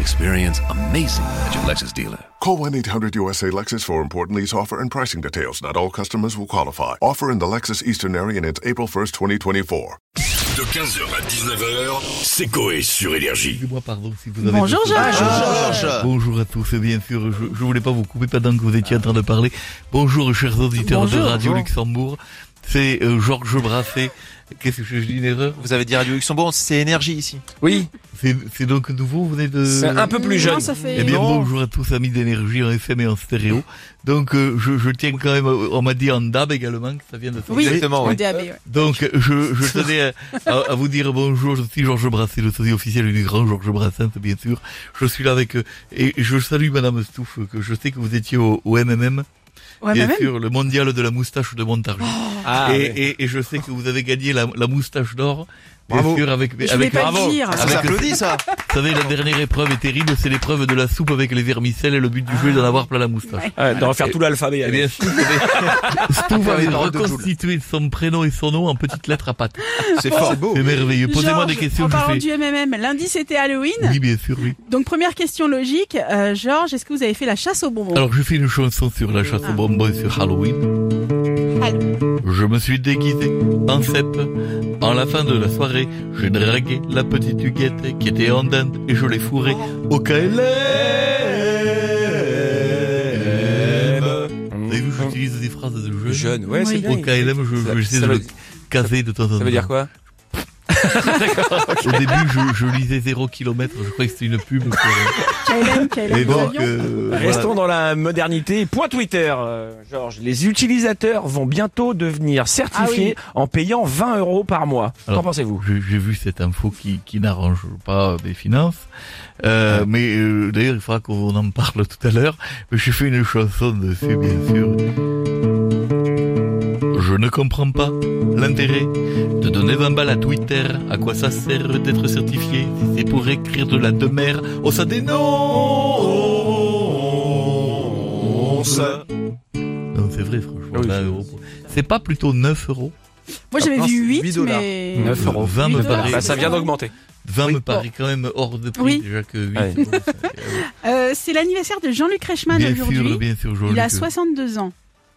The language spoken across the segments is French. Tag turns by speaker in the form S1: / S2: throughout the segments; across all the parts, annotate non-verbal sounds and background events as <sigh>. S1: Experience amazing at your Lexus dealer.
S2: Call 1-800-USA-LEXUS for important lease offer and pricing details. Not all customers will qualify. Offer in the Lexus Eastern area and it's April 1st, 2024.
S3: De 15h à 19h, c'est Coé sur Énergie.
S4: Excusez-moi, pardon, si vous avez
S5: Bonjour
S4: tout-
S5: Georges
S4: Bonjour à tous, et bien sûr, je, je voulais pas vous couper pendant que vous étiez en train de parler. Bonjour, chers auditeurs de
S5: Bonjour.
S4: Radio
S6: Bonjour.
S4: Luxembourg. C'est euh, Georges Brasset. Qu'est-ce que je dis une erreur
S6: Vous avez dit Radio Luxembourg, c'est énergie ici.
S7: Oui,
S4: C'est c'est donc nouveau, vous venez de...
S7: c'est un peu plus jeune.
S5: Non, ça fait...
S4: Eh bien,
S6: Non.
S4: bonjour à tous, amis d'énergie en FM et en stéréo. Donc, euh, je, je tiens quand même, euh, on m'a dit en DAB également, que ça vient de sortir.
S5: oui,
S6: Exactement, oui.
S5: en DAB, ouais.
S4: Donc, je, je tenais à, à- à vous dire bonjour. Je suis Georges Brassens, le sosie officiel du grand Georges Brassens, bien sûr. Je suis là avec, euh, et je salue Madame Stouff, que je sais que vous étiez au, au MMM,
S5: Ouais,
S4: bien
S5: mais bah même,
S4: sûr, le mondial de la moustache de Montargis.
S5: Oh.
S7: Ah,
S4: et,
S7: ouais.
S4: et, et je sais que vous avez gagné la, la moustache d'or. Bien
S6: Bravo.
S4: sûr, avec,
S5: je vais
S4: avec,
S5: pas
S7: bravo.
S5: le dire.
S6: Ah, Ça s'applaudit ça
S4: vous savez, la dernière épreuve est terrible, c'est l'épreuve de la soupe avec les vermicelles et le but du jeu est d'en avoir plein la moustache.
S7: Ah. Ouais, d'en faire tout l'alphabet.
S4: Eh
S7: avec.
S4: bien, Stouff
S7: <laughs>
S4: avait, Stouff
S6: Faire
S4: avait
S6: les paroles de Joule.
S4: reconstitué son prénom et son nom en petites lettres à pâte.
S6: C'est fort. beau.
S4: C'est merveilleux. Posez-moi des
S5: Georges,
S4: questions,
S5: En
S4: je
S5: parlant
S4: fais.
S5: du MMM, lundi c'était Halloween.
S4: Oui, bien sûr, oui.
S5: Donc première question logique, euh, Georges, est-ce que vous avez fait la chasse aux bonbons
S4: Alors, je fais une chanson sur la chasse aux bonbons et sur Halloween. Je me suis déguisé en cèpe. En la fin de la soirée, j'ai dragué la petite Huguette qui était en dinde et je l'ai fourrée au KLM. Vous avez vu, j'utilise des phrases de jeu.
S7: Jeune, ouais, c'est
S5: Oui.
S7: bien.
S4: Au KLM, je,
S7: Ça-
S4: je vais essayer
S7: ça
S4: de
S7: veut-
S4: le caser de temps en temps.
S7: Ça veut dire quoi
S4: Au début, je, je lisais 0 km, je croyais que c'était une pub. pour-
S5: KLM, KLM,
S4: Et
S5: les
S4: donc,
S5: avions.
S4: euh, voilà.
S7: Restons dans la modernité. Point Twitter, euh, Georges. Les utilisateurs vont bientôt devenir certifiés en payant 20 euros par mois. Qu'en
S4: Alors,
S7: pensez-vous
S4: J'ai j'ai vu cette info qui, qui n'arrange pas des finances. Euh, Mais euh, d'ailleurs, il faudra qu'on en parle tout à l'heure. Mais j'ai fait une chanson dessus, bien sûr. Je ne comprends pas l'intérêt de donner 20 balles à Twitter. À quoi ça sert d'être certifié si c'est pour écrire de la demeure Oh, ça dénonce Non, c'est vrai, franchement.
S7: Oh, Oui,
S4: 20
S7: c'est-
S4: euros pour- C'est pas plutôt 9 euros
S5: Moi j'avais
S6: non,
S5: vu
S6: c'est
S5: 8,
S6: huit dollars.
S5: mais...
S7: 9 euros.
S4: 20 me
S5: Huit dollars.
S4: paraît
S7: Bah, ça vient d'augmenter.
S4: 20
S6: Oui.
S4: me paraît quand même hors de prix
S5: Oh. Oui.
S4: déjà que 8
S7: Ouais.
S5: <laughs>
S4: euros.
S5: Euh, c'est l'anniversaire de Jean-Luc Reichmann
S4: bien sûr,
S5: aujourd'hui.
S4: bien sûr,
S5: Il
S4: Jean-Luc.
S5: a 62 ans.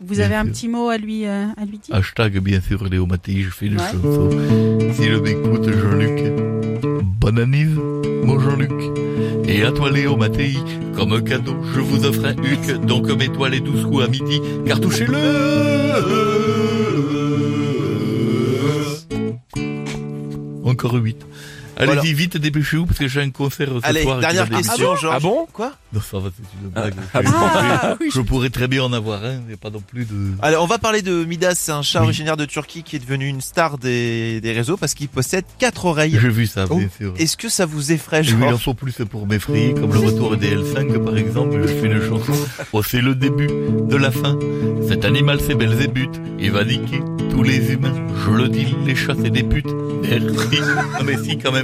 S5: Vous
S4: Bien
S5: avez un
S4: sûr.
S5: petit mot à lui, euh, à lui dire
S4: Hashtag bien sûr Léo Mattei, je fais une
S5: Ouais.
S4: chanson. Si le m'écoute Jean-Luc, bonne anniv, mon Jean-Luc. Et à toi Léo Mattei, comme cadeau, je vous offre un huc. Donc mets-toi les 12 coups à midi, car touchez-le Encore 8. Allez-y,
S6: Voilà.
S4: vite, dépêchez-vous, parce que j'ai un concert ce
S6: Allez,
S4: soir. qui
S6: dernière
S4: va débuter.
S6: question, Georges.
S7: Ah bon
S6: Quoi
S4: Non, ça va, c'est une blague.
S7: ah
S4: Je-
S7: bon
S5: Ah oui,
S4: je pourrais très bien en avoir un, mais pas non plus de...
S7: Ah,
S6: Allez, on va parler de Midas, c'est un chat
S4: Oui.
S6: originaire de Turquie qui est devenu une star des, des réseaux parce qu'il possède quatre oreilles.
S4: J'ai vu ça,
S6: Oh.
S4: bien sûr.
S6: Est-ce que ça vous effraie,
S4: Et oui, il en
S6: Georges
S4: faut plus pour m'effrayer, comme le retour des L5 par exemple, je fais une chanson. Oh, c'est le début de la fin. Cet animal, c'est Belzébuth. Il va niquer tous les humains. Je le dis, les chats, c'est des putes.
S7: <laughs>
S4: Merci. Non, mais si, quand même,